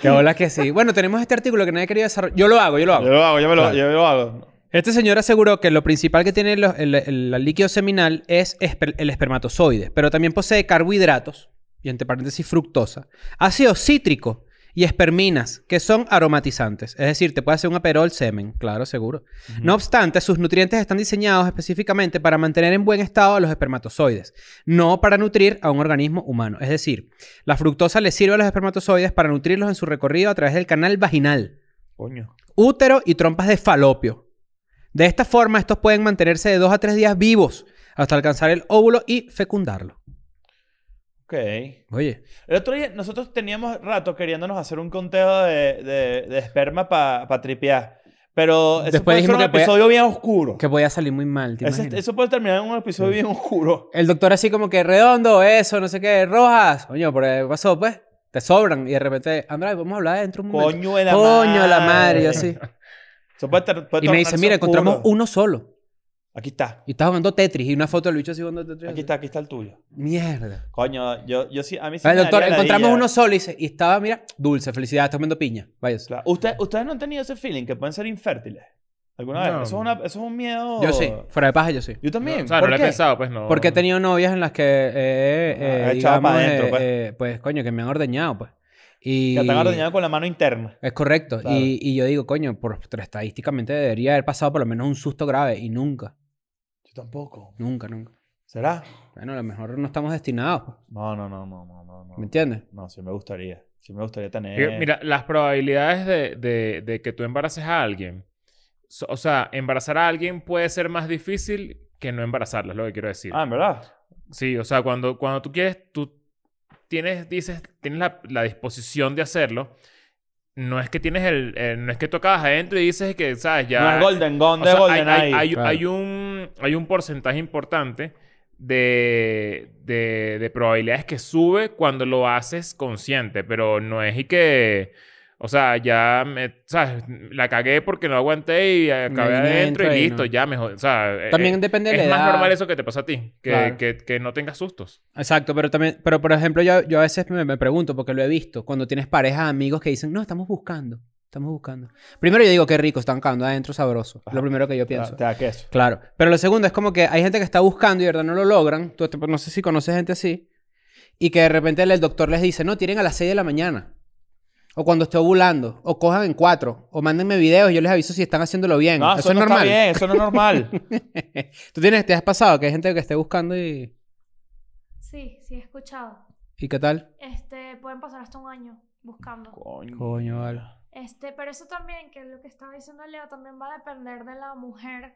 Que hola que sí. Bueno, tenemos este artículo que nadie quería desarrollar. Yo lo hago, yo lo
Yo
hago.
lo hago, yo me lo,
Ah. Claro.
yo me lo hago.
Este señor aseguró que lo principal que tiene lo- el, el- el líquido seminal es esper- el espermatozoide, pero también posee carbohidratos, y entre paréntesis fructosa, ácido cítrico y esperminas, que son aromatizantes. Es decir, te puede hacer un aperol semen, claro, seguro. No obstante, sus nutrientes están diseñados específicamente para mantener en buen estado a los espermatozoides, no para nutrir a un organismo humano. Es decir, la fructosa le sirve a los espermatozoides para nutrirlos en su recorrido a través del canal vaginal
Coño.
útero y trompas de falopio. De esta forma, estos pueden mantenerse de dos a tres días vivos hasta alcanzar el óvulo y fecundarlo.
Ok.
Oye,
El otro día nosotros teníamos rato queriéndonos hacer un conteo de, de- de esperma para tripear. Pero eso
Después
puede ser
dijimos
un
que podía-
episodio bien oscuro.
que voy a salir muy mal, ¿te
Ese-
imaginas?
eso puede terminar en un episodio bien oscuro.
El doctor así como que redondo, eso, no sé qué, rojas. Coño, ¿por qué pasó, pues? Te sobran. Y de repente, Andrade, vamos a hablar dentro un momento.
Coño de la madre.
Coño, la madre, yo así.
Eso puede ter- puede
Y me
tornarse
dice, mira,
oscuro.
encontramos uno solo.
Aquí está.
Y está jugando Tetris. Y una foto del bicho así jugando Tetris.
Aquí está, aquí está el tuyo.
Mierda.
Coño, yo, yo sí, a mí sí
el
me
doctor,
daría
encontramos
ladilla.
uno solo. Y, dice- y estaba, mira, dulce, felicidad, está comiendo piña. Váyase.
Claro. ¿Usted- ¿Ustedes no han tenido ese feeling que pueden ser infértiles? ¿Alguna vez?
No.
Eso es, una- eso es un miedo.
Yo sí, fuera de paja, yo sí.
Yo también.
O sea, no
¿Por
lo he
qué?
pensado, pues no.
Porque he tenido novias en las que, eh, eh,
Ah, echaba
digamos,
pa' dentro,
eh,
pues.
eh, pues, coño, que me han ordeñado, pues. Y...
Que están ordeñados con la mano interna.
Es correcto.
Claro.
Y, y yo digo, coño, por, estadísticamente debería haber pasado por lo menos un susto grave. Y nunca,
Yo tampoco.
nunca, nunca.
¿Será?
Bueno, a lo mejor no estamos destinados, pues,
No, no, no, no, no, no. no.
¿me entiendes?
No, sí me gustaría. Sí me gustaría
Mira,
tener.
Mira, las probabilidades de, de- de que tú embaraces a alguien. so- o sea, embarazar a alguien puede ser más difícil que no embarazarla, es lo que quiero decir.
Ah, en verdad.
Sí, o sea, cuando, cuando tú quieres, tú tienes, dices, tienes la, la disposición de hacerlo. No es que tienes el, el- no es que tocas adentro y dices que, sabes, ya.
no es Golden Gun
O
de
sea, hay,
Golden
hay- hay-
Claro.
hay un, hay un porcentaje importante de, de- de probabilidades que sube cuando lo haces consciente, pero no es y que, o sea, ya me, ¿sabes? la cagué porque no aguanté y acabé
alineé
adentro
dentro
y
y
listo,
no.
ya mejor. O sea, eh,
También
eh,
depende de la
es más
edad.
normal eso que te pasa a ti, que,
Claro.
que- que no tengas sustos.
Exacto, pero también, pero por ejemplo, yo, yo a veces me, me pregunto, porque lo he visto, cuando tienes parejas, amigos que dicen, no, estamos buscando, estamos buscando. Primero yo digo, qué rico, están cagando adentro sabroso.
Ajá.
Lo primero que yo
Te
pienso.
da- Te da queso.
Claro. Pero lo segundo es como que hay gente que está buscando y de verdad no lo logran. Tú, te- no sé si conoces gente así. Y que de repente el doctor les dice, no, tienen a las 6 de la mañana. O cuando esté ovulando. O cojan en cuatro. O mándenme videos y yo les aviso si están haciéndolo bien.
No,
eso,
eso,
es
no
normal.
Ah, está bien, eso no es normal.
¿Tú tienes, te has pasado que hay gente que esté buscando y...
Sí, sí, he escuchado.
¿Y qué tal?
Este, pueden pasar hasta un año buscando.
Coño.
Coño, vale.
Este, pero eso también, que es lo que estaba diciendo Leo, también va a depender de la mujer,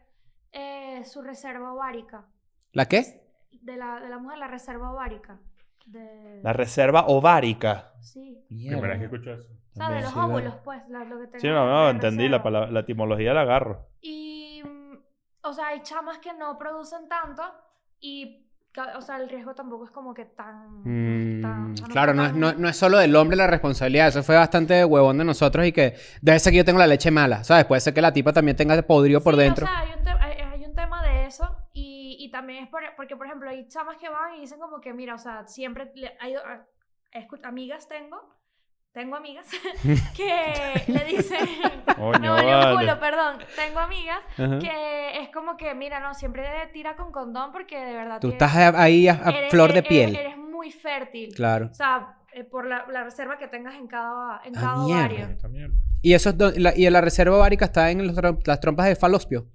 eh, su reserva ovárica.
¿La qué?
De la, de la mujer, la reserva ovárica. De,
La reserva ovárica.
sí.
Primera vez que escucho eso.
O sea, de
También,
los
sí, vale.
óvulos, pues, la- lo que
Sí,
tenga
no, no,
la
entendí
reserva.
la, palabra- la etimología, la agarro.
Y, mm, o sea, hay chamas que no producen tanto y, ca- o sea, el riesgo tampoco es como que tan...
Mm,
tan- o sea,
claro,
está
no, es-
tan-
no- no es solo del hombre la responsabilidad. Eso fue bastante huevón de nosotros y que debe ser que yo tengo la leche mala, ¿sabes? Puede ser que la tipa también tenga podrido por
Sí,
dentro.
O sea, hay un, te- hay- hay un tema de eso y, y también es por- porque, por ejemplo, hay chamas que van y dicen como que, mira, o sea, siempre le- hay a- escu- amigas tengo, tengo amigas que le dicen,
Coño,
me valió un
vale.
culo, perdón, tengo amigas
¿Eh?
Ajá.
que es como que, mira, no, siempre tira con condón porque de verdad
Tú
tienes-
estás a- ahí a, a
eres-
flor de
eres-
piel.
Eres muy fértil.
Claro.
O sea, eh, por la, la reserva que tengas en cada, en
Ah,
cada
mierda.
ovario.
Esta mierda.
Y, eso es do- la, y la reserva ovárica está en los trom- las trompas de falospio.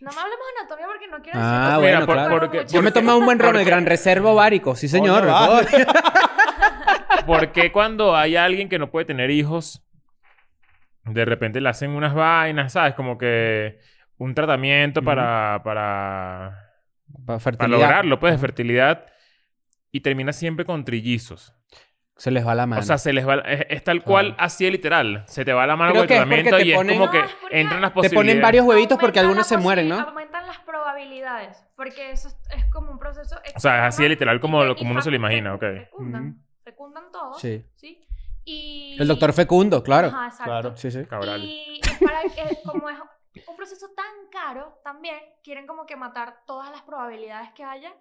No me hablemos de anatomía porque no quiero
Ah,
decir
bueno,
Mira, por-
claro.
porque-
Yo
Yo me
porque-
tomé un buen ron, el
porque-
gran reserva ovárico. Sí, señor.
Coño, vale.
¿Por qué cuando hay alguien que no puede tener hijos, de repente le hacen unas vainas, ¿sabes? Como que un tratamiento para, para,
Para
para
fertilidad.
lograrlo, pues, de fertilidad. Y termina siempre con trillizos.
Se les va la mano.
O sea, se les va... la- Es, es tal cual, así de literal. Se te va la mano
Creo
con el
que es
tratamiento y
porque te ponen-
es como que
No, es porque
entran las
te
posibilidades.
ponen varios huevitos porque
Aumentan
algunos se
la
mueren,
posi-
¿no?
Aumentan las probabilidades. Porque eso es, es como un proceso.
O sea, es así de
externo
literal como,
y
lo-
que-
como
y
uno se lo
facu-
imagina, ok.
fecu- Fecundan.
Ujú.
Fecundan todos.
Sí.
Sí. Y...
El doctor fecundo, claro.
Ajá, exacto.
Claro.
Sí, sí.
Cabral.
Y es para que, como es un proceso tan caro, también quieren como que matar todas las probabilidades que haya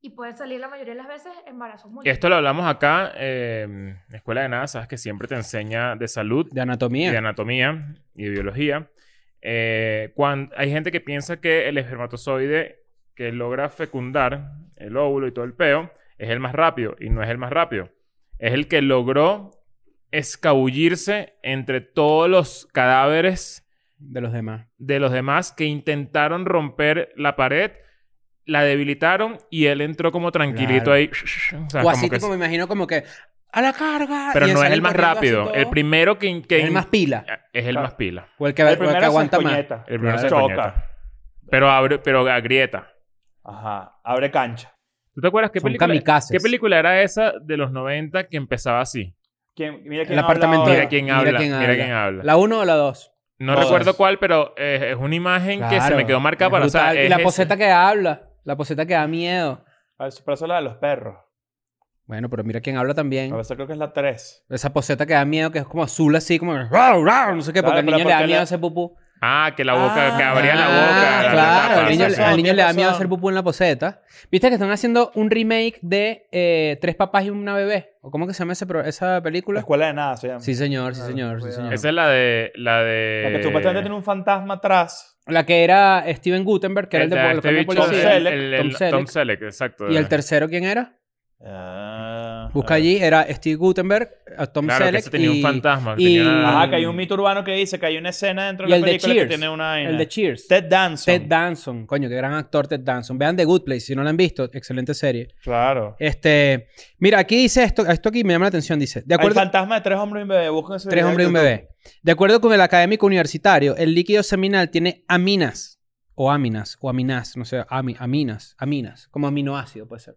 y pueden salir la mayoría de las veces embarazos múltiples.
Esto lo hablamos acá eh, en Escuela de Nada, sabes que siempre te enseña de salud
De
y de
anatomía.
anatomía y de biología. Eh, cuan- hay gente que piensa que el espermatozoide que logra fecundar el óvulo y todo el peo es el más rápido y no es el más rápido. Es el que logró escabullirse entre todos los cadáveres
De los demás.
de los demás que intentaron romper la pared, la debilitaron y él entró como tranquilito
Claro.
ahí. O sea,
o así
como que-
tipo, me imagino como que a la carga.
pero
y
no es
salen
el más
corriendo así
rápido.
todo.
El primero que, que-
Es el más pila.
es el
Claro.
más pila.
O el que, o el que aguanta más.
coñeta.
El primero se
Choca.
coñeta. Pero abre, pero agrieta.
Ajá. Abre cancha.
¿Tú te acuerdas qué
Son
película?
kamikazes.
¿Qué película era esa de los 90 que empezaba así?
¿Quién- mira quién
El
habla
apartamento.
ahora.
Mira quién habla, mira quién habla.
¿La 1 o la 2?
No
Todas.
recuerdo cuál, pero eh, es una imagen que se me quedó marcada para o sea,
Y
es
la
esa.
poseta que habla. La poseta que da miedo.
Ah, eso- Pero eso es la de los perros.
Bueno, pero mira quién habla también.
A veces creo que es la 3.
Esa poseta que da miedo, que es como azul así, como... rau, rau, no sé qué,
Claro,
porque al
pero
niño le da
porque
miedo
la-
hacer pupú.
Ah, que la boca, que abría la
Ah,
boca. la- la
Claro,
tapa,
al niño,
sí, sí.
razón,
al niño le da
tienes
miedo
razón.
hacer pupú en la poseta. Viste que están haciendo un remake de eh, Tres papás y una bebé. ¿O cómo que se llama ese pro- esa
La
película?
escuela de nada se llama.
Sí, señor, sí,
Ah,
señor, sí,
cuidado.
señor.
Esa es la de la de
La que supuestamente tiene un fantasma atrás.
La que era Steven Gutenberg, que era el de
este-
el
este
que era
bicho, pues.
Tom
policía.
el-
Selleck,
el- el-
Tom Selleck.
Tom Selleck, exacto.
¿Y el tercero quién era?
Ah, Ajá.
Busca allí, era Steve Gutenberg, a Tom
Claro, que
Selleck
ese tenía
y,
un fantasma. que
y-
tenía una-
Ajá, que hay un mito urbano que dice que hay una escena dentro
y
de
el
la
de
película que
Cheers.
tiene una vaina.
El de Cheers.
Ted Danson.
Ted Danson, coño, qué gran actor Ted Danson. Vean The Good Place si no la han visto, excelente serie.
Claro.
Este, mira, aquí dice esto, esto aquí me llama la atención, dice, de
El
acuerdo
fantasma de tres hombres y un bebé. Busquen ese
tres
video
hombres y un
en YouTube.
bebé. De acuerdo con el académico universitario, el líquido seminal tiene aminas o aminas o aminas, no sé, ami- aminas, aminas, como aminoácido puede ser.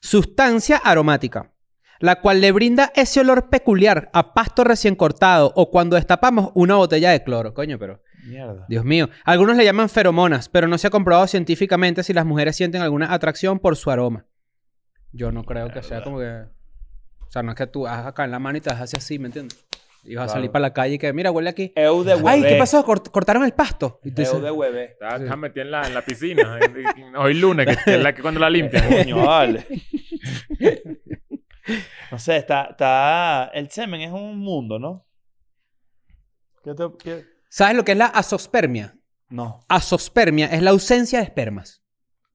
Sustancia aromática, la cual le brinda ese olor peculiar a pasto recién cortado o cuando destapamos una botella de cloro, coño, pero
Mierda.
Dios mío. Algunos le llaman feromonas, pero no se ha comprobado científicamente si las mujeres sienten alguna atracción por su aroma. Yo no creo que sea como que. O sea, no es que tú hagas acá en la mano y te haces así, ¿me entiendes? Y vas a salir para la calle y que, mira, huele aquí.
Eu de
Ay, ¿qué
huevé.
pasó? Cort- cortaron el pasto. Y tú dices,
Eu de huevé.
Estaba estaba Ah, metida en la, en la piscina. Hoy lunes, que, que es la que cuando la limpian.
Coño, vale. no sé, está, está. El semen es un mundo, ¿no? ¿Qué te- qué?
¿Sabes lo que es la asospermia?
No,
Asospermia es la ausencia de espermas.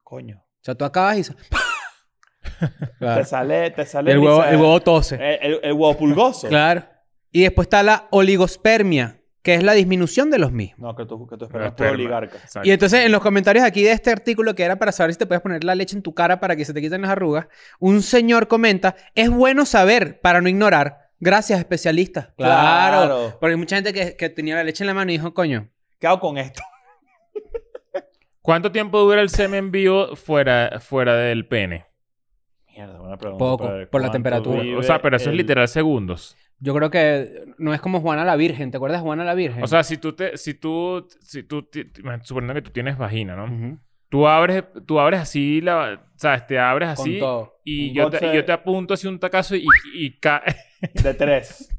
coño.
O sea, tú acabas y. Claro.
Te sale, te
Y
sale.
el huevo,
brisa-
el huevo tose.
El, el- el huevo pulgoso.
Claro. Y después está la oligospermia, que es la disminución de los mismos.
No, que tú, que tú
Pero
esperas
es
por
perma.
oligarca.
Exacto.
Y entonces en los comentarios aquí de este artículo que era para saber si te puedes poner la leche en tu cara para que se te quiten las arrugas, un señor comenta, es bueno saber para no ignorar. Gracias, especialistas.
Claro.
Porque hay mucha gente que, que tenía la leche en la mano y dijo, coño,
¿Qué hago con esto?
¿Cuánto tiempo dura el semen vivo fuera, fuera del pene?
Mierda, buena pregunta.
Poco,
pero
por la
¿cuánto
temperatura.
vive
O sea, pero eso
el-
es literal segundos.
yo creo que no es como Juana la Virgen. ¿Te acuerdas de Juana la Virgen?
O sea, si tú te, si tú, si tú, ti- ti- suponiendo que tú tienes vagina, ¿no?
Ujú.
Tú abres, tú abres así la, sabes, te abres
con
así
todo.
y
Un
yo, te,
goce-
y yo te apunto así un tacazo y, y ca-
De tres.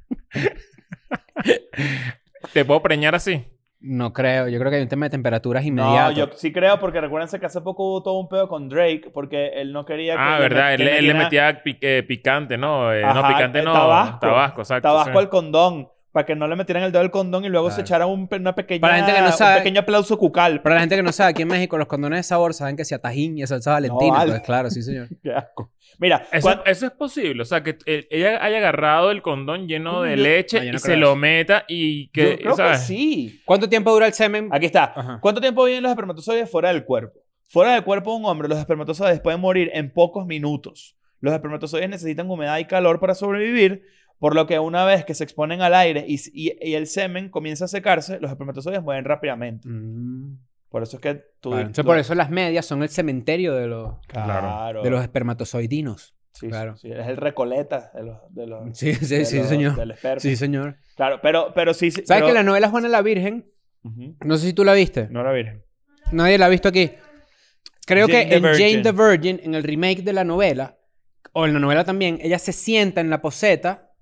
te puedo preñar así.
No creo. Yo creo que hay un tema de temperaturas
No,
inmediatas.
yo sí creo, porque recuérdense que hace poco hubo todo un pedo con Drake, porque él no quería que.
Ah,
le
verdad,
met-
él,
que
él le
metiera
metía pi- eh, picante, ¿no? Eh, no,
Ajá,
picante
eh,
no.
tabasco.
Tabasco, exacto.
Tabasco
sí.
al condón, para que no le metieran el dedo al condón y luego se
Claro.
echara un, pe- una pequeña,
Para la gente que no sabe-
un pequeño aplauso cucal.
Para la gente que no sabe, aquí en México los condones de sabor saben que sea tajín y a salsa valentina.
vale.
pues, claro, sí, señor.
Qué asco. Mira, cuan-
Eso, eso es posible, o sea, que eh, ella haya agarrado el condón lleno de
Yo-
leche
No, yo no
y
creo
se
eso.
lo meta y que,
yo creo
¿sabes?
que sí.
¿Cuánto tiempo dura el semen?
Aquí está.
Ajá.
¿Cuánto tiempo viven los espermatozoides fuera del cuerpo? Fuera del cuerpo de un hombre, los espermatozoides pueden morir en pocos minutos. Los espermatozoides necesitan humedad y calor para sobrevivir, por lo que una vez que se exponen al aire y, y- y el semen comienza a secarse, los espermatozoides mueren rápidamente.
Mm.
Por eso es que tú...
Claro. Entonces,
tú-
por eso las medias son el cementerio de los,
Claro.
de los espermatozoidinos.
Sí, sí,
claro.
sí, es el recoleta de los... de los-
Sí, sí,
de
sí,
los-
señor.
Del esperma.
Sí, señor.
Claro, pero, pero sí... sí,
¿Sabes
pero-
que la novela Juana la Virgen?
Ujú.
No sé si tú la viste.
No la virgen.
Nadie la ha visto aquí. Creo
Jane
que
the
en Jane
Virgin.
the Virgin, en el remake de la novela, o en la novela también, ella se sienta en la poseta.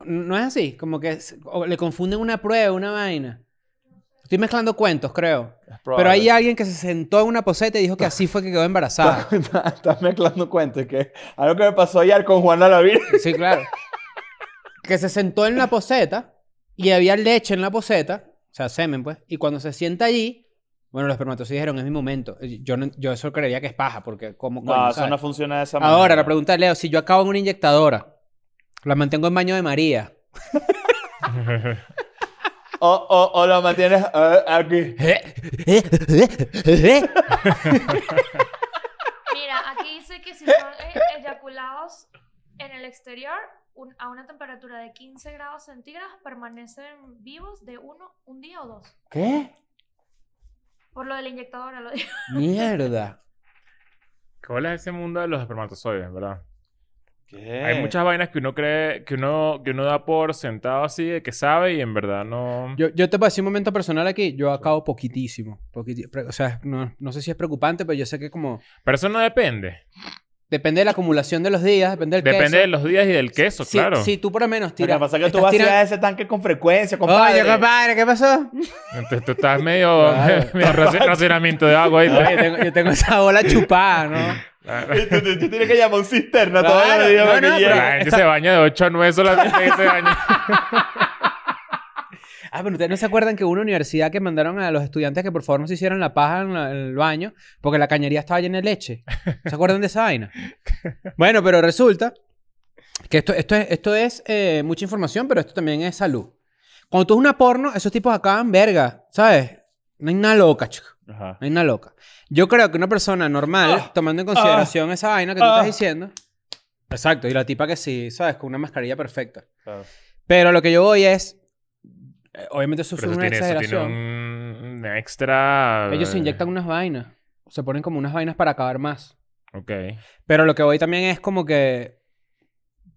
No es así, como que es- o le confunden una prueba, una vaina. Estoy mezclando cuentos, creo.
Es
Pero
probable.
hay alguien que se sentó en una poseta y dijo que así fue que quedó embarazada.
Estás mezclando cuentas que algo que me pasó ayer con Juana la Virgen.
Sí, claro. que se sentó en la poseta y había leche en la poseta, o sea, semen, pues. Y cuando se sienta allí, bueno, los espermatozoides dijeron, es mi momento. Y Yo, no- yo eso creería que es paja, porque como...
No, eso no funciona de esa manera.
Ahora, la pregunta de Leo, si yo acabo en una inyectadora, la mantengo en baño de María.
O, o, o lo mantienes eh, aquí.
Mira, aquí dice que si son eh, eyaculados en el exterior un- a una temperatura de 15 grados centígrados, permanecen vivos de uno, un día o dos.
¿Qué?
Por lo de la inyectadora, lo digo.
Mierda.
¿Cuál es ese mundo de los espermatozoides, verdad?
¿Qué?
Eh.
Hay muchas vainas que uno cree, que uno, que uno da por sentado así, de que sabe y en verdad no.
Yo, yo te pasé un momento personal aquí, yo acabo poquitísimo. poquiti- pre- o sea, no, no sé si es preocupante, pero yo sé que como...
Pero eso no depende.
Depende de la acumulación de los días, depende del
Depende
queso.
de los días y del queso,
si,
claro.
Si tú por lo menos
Lo
tiras.
que pasa es que tú
estás
vas
tirando-
a ese tanque con frecuencia, compadre.
Oye, compadre, ¿qué pasó?
Entonces tú estás medio,
Claro.
medio raci- racionamiento de agua ahí. pues.
Oye, tengo- yo tengo esa bola chupada, ¿no?
Tú, tú- tú tienes que llamar un cisterna
Claro,
todavía no, digo
no,
que
no,
Pero
llega.
la gente se baña de 8 a 9 solamente que se baña.
Ah, pero ustedes no se acuerdan que hubo una universidad que mandaron a los estudiantes que por favor no se hicieran la paja en, la- en el baño porque la cañería estaba llena de leche. ¿Se acuerdan de esa vaina? Bueno, pero resulta Que esto, esto es, esto es eh, mucha información, pero esto también es salud. Cuando tú ves una porno, esos tipos acaban verga, ¿sabes? No hay nada loca, chico.
Ajá.
No hay nada loca. Yo creo que una persona normal,
Ah,
tomando en consideración esa vaina que tú
ah.
estás diciendo. Exacto, y la tipa que sí, ¿sabes? Con una mascarilla perfecta.
Claro.
Pero lo que yo voy es. eh, Obviamente eso es
Pero eso
una
tiene, eso tiene
exageración.
un Ah. un extra...
Ellos se inyectan unas vainas. Se ponen como unas vainas para acabar más.
Ok.
Pero lo que voy también es como que.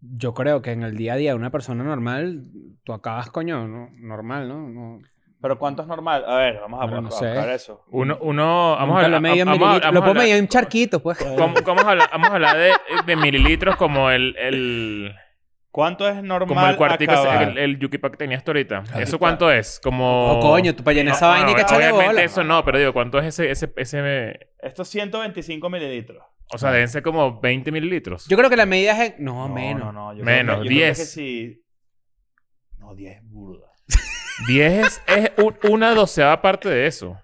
Yo creo que en el día a día de una persona normal, tú acabas, coño, ¿no? normal, ¿no? No-
Pero ¿cuánto es normal? A ver, vamos a,
Bueno, no
a- a buscar
sé.
eso.
Uno, uno... Vamos
nunca
a hablar...
Lo, medio en
vamos a- vamos
mililitros. lo
a
puedo
hablar-
medir en charquitos, pues.
¿Cómo, cómo habla- vamos a hablar de, de mililitros como el, el,
¿Cuánto es normal
como el cuartico, ese-
acabar?
el, el Yuki Pack que tenías hasta ahorita? ¿Eso cuánto es? Como...
Oh, coño, tú para llenar esa vaina y que echarle
Obviamente
bola.
eso no, pero digo, ¿cuánto es ese, ese, ese...
Estos 125 mililitros.
O sea, deben ser como 20 mililitros.
Yo creo que la medida es. en- No, menos.
No, no, yo
Menos,
creo que- yo
10.
Creo que sí. No, 10 es burda.
10 es, es un- una doceava parte de eso.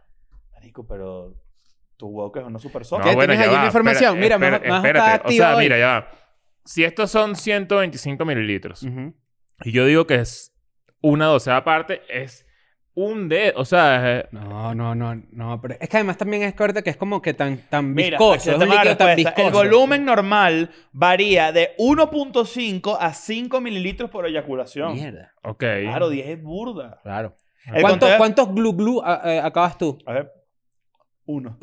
Marico, pero tu huevo que es uno super
No,
soft.
¿Qué tienes ahí en información? Mira,
espera-
más- más
espérate.
está
O sea,
activa hoy.
mira, ya va. Si estos son 125 mililitros,
Ujú.
y yo digo que es una doceava parte, es un de... O sea, eh,
No, no, no, no, pero es que además también es corta que es como que tan, tan
Mira,
viscoso,
aquí
es
te
un
va la
líquido tan
respuesta.
viscoso.
El volumen normal varía de 1.5 a 5 mililitros por eyaculación.
Mierda,
ok.
Claro, 10 es burda.
claro.
El
¿Cuánto-
conteo-
¿Cuántos glu glu a- eh, acabas tú?
A ver. Uno.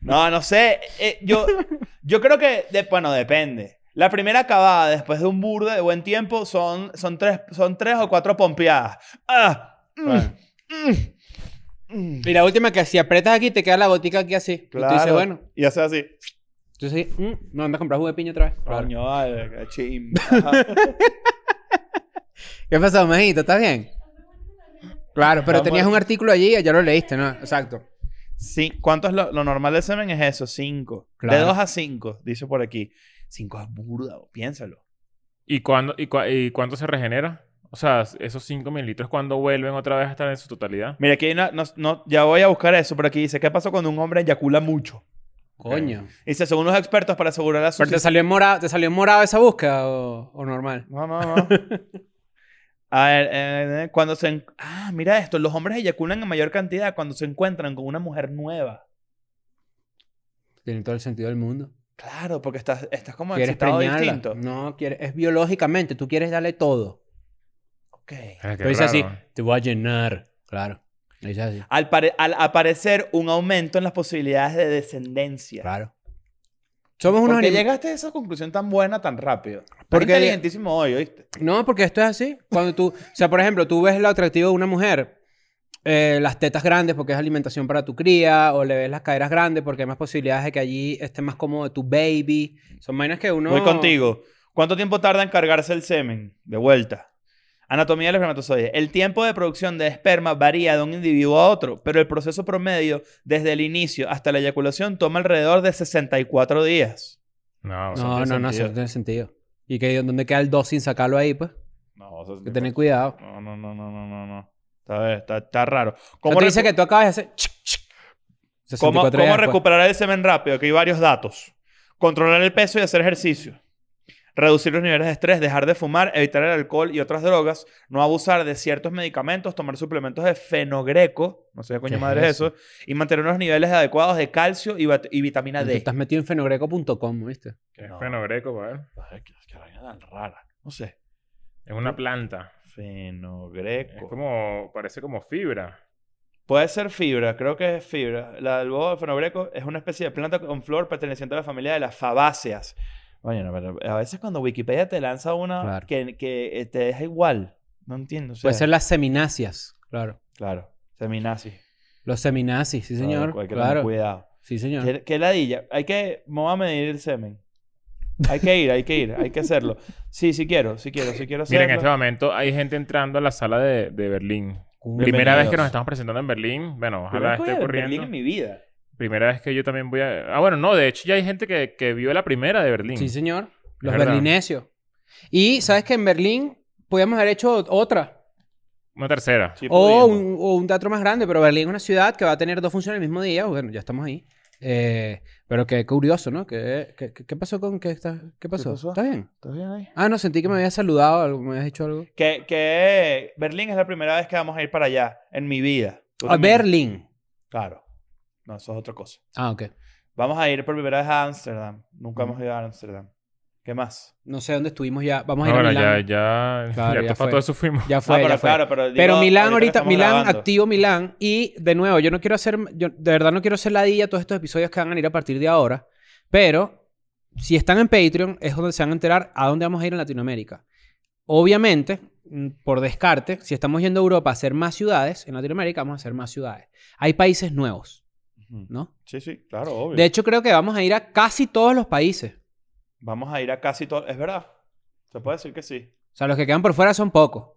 no, no sé. Eh, yo, yo creo que, de- bueno, depende. La primera acabada después de un burde de buen tiempo son, son, tres, son tres o cuatro pompeadas. Ah, mm,
Claro.
mm, mm.
Y la última que si aprietas aquí te queda la gotica aquí así. Y tú dices,
Claro.
bueno,
Y hace así.
entonces mm, no andas a comprar jugo de piña otra vez.
Coño, vale, qué chimba.
¿Qué pasó, Majito? ¿Estás bien? Claro, pero
Estamos-
tenías un artículo allí y ya lo leíste, ¿no? Exacto.
Sí, ¿cuánto es lo, lo normal del semen? Es eso, 5.
Claro.
De 2 a 5, dice por aquí. 5 es burda, bo, piénsalo.
¿Y, cuándo, y, cua- y cuánto se regenera? O sea, esos 5 mililitros, ¿cuándo vuelven otra vez a estar en su totalidad?
Mira, aquí hay una- no, no- ya voy a buscar eso, pero aquí dice, ¿qué pasó cuando un hombre eyacula mucho?
Coño.
Dice, según los expertos, para asegurar la
¿Pero te
sucesión...
salió en morado, te salió en morado esa búsqueda o, o normal?
No, no, no. A ver, eh, eh, cuando se... en- Ah, mira esto. Los hombres eyaculan en mayor cantidad cuando se encuentran con una mujer nueva.
Tiene todo el sentido del mundo.
Claro, porque estás, estás como
¿Quieres
excitado
preñarla?
distinto.
No, quieres, es biológicamente, tú quieres darle todo.
Ok.
Ah, qué
Pero dice así,
raro.
te voy a llenar. Claro. Lo Dice así.
Al, pare- al aparecer un aumento en las posibilidades de descendencia.
Claro. Somos unos
¿Por qué
anim-
llegaste a esa conclusión tan buena tan rápido?
Porque-
Porque inteligentísimo hoy, ¿oíste?
No, porque esto es así. Cuando tú, o sea, por ejemplo, tú ves lo atractivo de una mujer, eh, las tetas grandes porque es alimentación para tu cría, o le ves las caderas grandes porque hay más posibilidades de que allí esté más cómodo tu baby. Son vainas que uno.
Voy contigo. ¿Cuánto tiempo tarda en cargarse el semen? De vuelta. Anatomía del espermatozoide. El tiempo de producción de esperma varía de un individuo a otro, pero el proceso promedio desde el inicio hasta la eyaculación toma alrededor de 64 días.
No, o sea,
No, no, no, eso
sentido.
no tiene sentido. ¿Y que, dónde queda el 2 sin sacarlo ahí, pues?
No, o sea,
Hay que tener cuidado.
no, no, no, no, no, no, no. Está, está, está raro.
¿Cómo
¿Cómo,
te dice
recu-
que tú acabas de hacer. chic, chic,
cómo-
64
cómo
días pues. después?
recuperar el semen rápido? Aquí hay varios datos. Controlar el peso y hacer ejercicio. Reducir los niveles de estrés, dejar de fumar, evitar el alcohol y otras drogas, no abusar de ciertos medicamentos, tomar suplementos de fenogreco, no sé qué coño
¿Qué
madre
es
es eso? y mantener unos niveles adecuados de calcio y, vat- y vitamina
Tú
D.
estás metido en fenogreco.com, ¿viste?
Qué
No.
fenogreco, ¿verdad?
Ay, qué, qué vaina tan rara. No sé.
Es una planta. Es
Fenogreco.
como... Parece como fibra.
Puede ser fibra, creo que es fibra. La del bobo de fenogreco es una especie de planta con flor perteneciente a la familia de las fabáceas. Bueno, pero a veces cuando Wikipedia te lanza una
Claro.
que, que, eh, te deja igual. No entiendo. o sea,
Puede ser las seminacias. Claro.
Claro, seminazis.
Los seminazis, sí, señor.
Claro, hay que tener
Claro.
cuidado.
Sí, señor.
¿Qué, qué ladilla? Hay que... Me voy a medir el semen. Hay que ir, hay que ir, hay que hacerlo. Sí, sí quiero, sí quiero, sí quiero hacerlo.
Mira, en este momento hay gente entrando a la sala de, de Berlín.
Cool.
Primera vez que nos
Bienvenidos.
estamos presentando en Berlín. Bueno, ojalá
Primera vez que
esté
voy a Berlín
ocurriendo.
en mi vida.
Primera vez que yo también voy a... Ah, bueno, no. De hecho, ya hay gente que, que vio la primera de Berlín.
Sí, señor. Los
verdad.
berlinesios. Y sabes que en Berlín podíamos haber hecho ot- otra.
Una tercera.
Sí
O
pudiendo.
un, o un teatro más grande, pero Berlín es una ciudad que va a tener dos funciones el mismo día. Bueno, ya estamos ahí. Eh, pero qué curioso, ¿no? ¿Qué, qué, qué- qué pasó con qué está, qué pasó?
pasó?
¿Está bien?
¿Estás bien ahí?
Ah, no, sentí que me habías saludado, algo, me habías dicho algo.
Que, que Berlín es la primera vez que vamos a ir para allá en mi vida. ¿Tú
A
también?
Ah, Berlín.
Claro. No, eso es otra cosa.
Ah, ok.
Vamos a ir por primera vez a Ámsterdam. Nunca hemos ido a Ámsterdam. ¿Qué más?
No sé dónde estuvimos ya. Vamos a ir
No,
a
Ah, bueno, ya,
Milán.
ya,
Claro,
ya,
ya
to-
fue.
para todo eso fuimos.
Ya fue,
Ah, pero
ya fue.
claro, pero, digo,
Pero Milán
que
ahorita,
estamos
Milán,
grabando.
activo Milán. Y de nuevo, yo no quiero hacer, yo de verdad no quiero hacer ladilla todos estos episodios que van a ir a partir de ahora. Pero si están en Patreon, es donde se van a enterar a dónde vamos a ir en Latinoamérica. Obviamente, mm, por descarte, si estamos yendo a Europa a hacer más ciudades, en Latinoamérica vamos a hacer más ciudades. Hay países nuevos,
Ujú.
¿no?
Sí, sí, claro, obvio.
De hecho, creo que vamos a ir a casi todos los países.
Vamos a ir a casi todo. Es verdad. Se puede decir que sí.
O sea, los que quedan por fuera son pocos.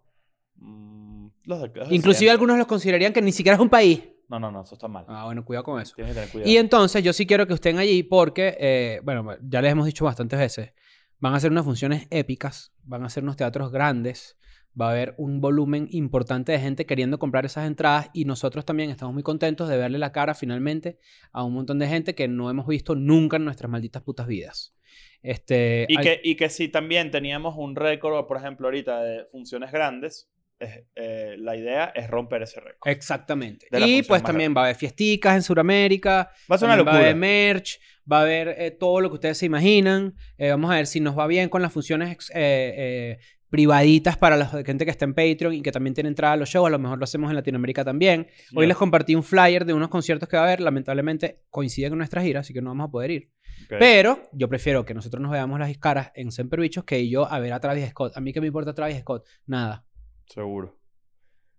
Mm, los de- los de
Inclusive
siempre.
algunos los considerarían que ni siquiera es un país.
No, no, no, eso está mal.
Ah, bueno, cuidado con eso.
Tienes que tener cuidado.
Y entonces yo sí quiero que estén allí porque, eh, bueno, ya les hemos dicho bastantes veces, van a hacer unas funciones épicas, van a hacer unos teatros grandes, va a haber un volumen importante de gente queriendo comprar esas entradas y nosotros también estamos muy contentos de verle la cara finalmente a un montón de gente que no hemos visto nunca en nuestras malditas putas vidas. Este,
Y
hay-
que, y que si también teníamos un récord, por ejemplo, ahorita de funciones grandes, es- eh, la idea es romper ese récord.
Exactamente.
De la
Y
función
pues
más
también va a haber fiesticas en Sudamérica,
Va a ser una
También
locura.
Va a haber merch, va a haber eh, todo lo que ustedes se imaginan. Eh, vamos a ver si nos va bien con las funciones ex- eh, eh, privaditas para la gente que está en Patreon y que también tiene entrada a los shows. A lo mejor lo hacemos en Latinoamérica también. Hoy
Ya,
les compartí un flyer de unos conciertos que va a haber. Lamentablemente coincide con nuestra gira, así que no vamos a poder ir.
ok.
Pero yo prefiero que nosotros nos veamos las caras en Semper Bichos que yo a ver a Travis Scott. A mí que me importa Travis Scott, nada.
Seguro.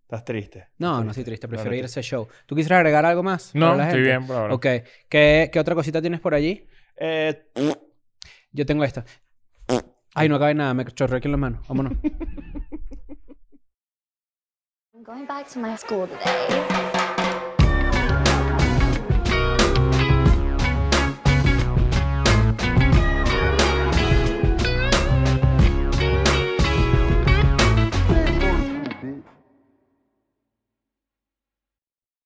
Estás triste.
No,
Estás
no estoy triste, prefiero
Claro,
ir a ese show. ¿Tú quisieras agregar algo más?
No,
para la
estoy
gente?
bien por ahora.
Ok. ¿Qué, ¿Qué otra cosita tienes por allí?
Eh,
Yo tengo esta. Ay, no cabe nada, me chorré aquí en la mano. Vámonos.
I'm going back to my school today.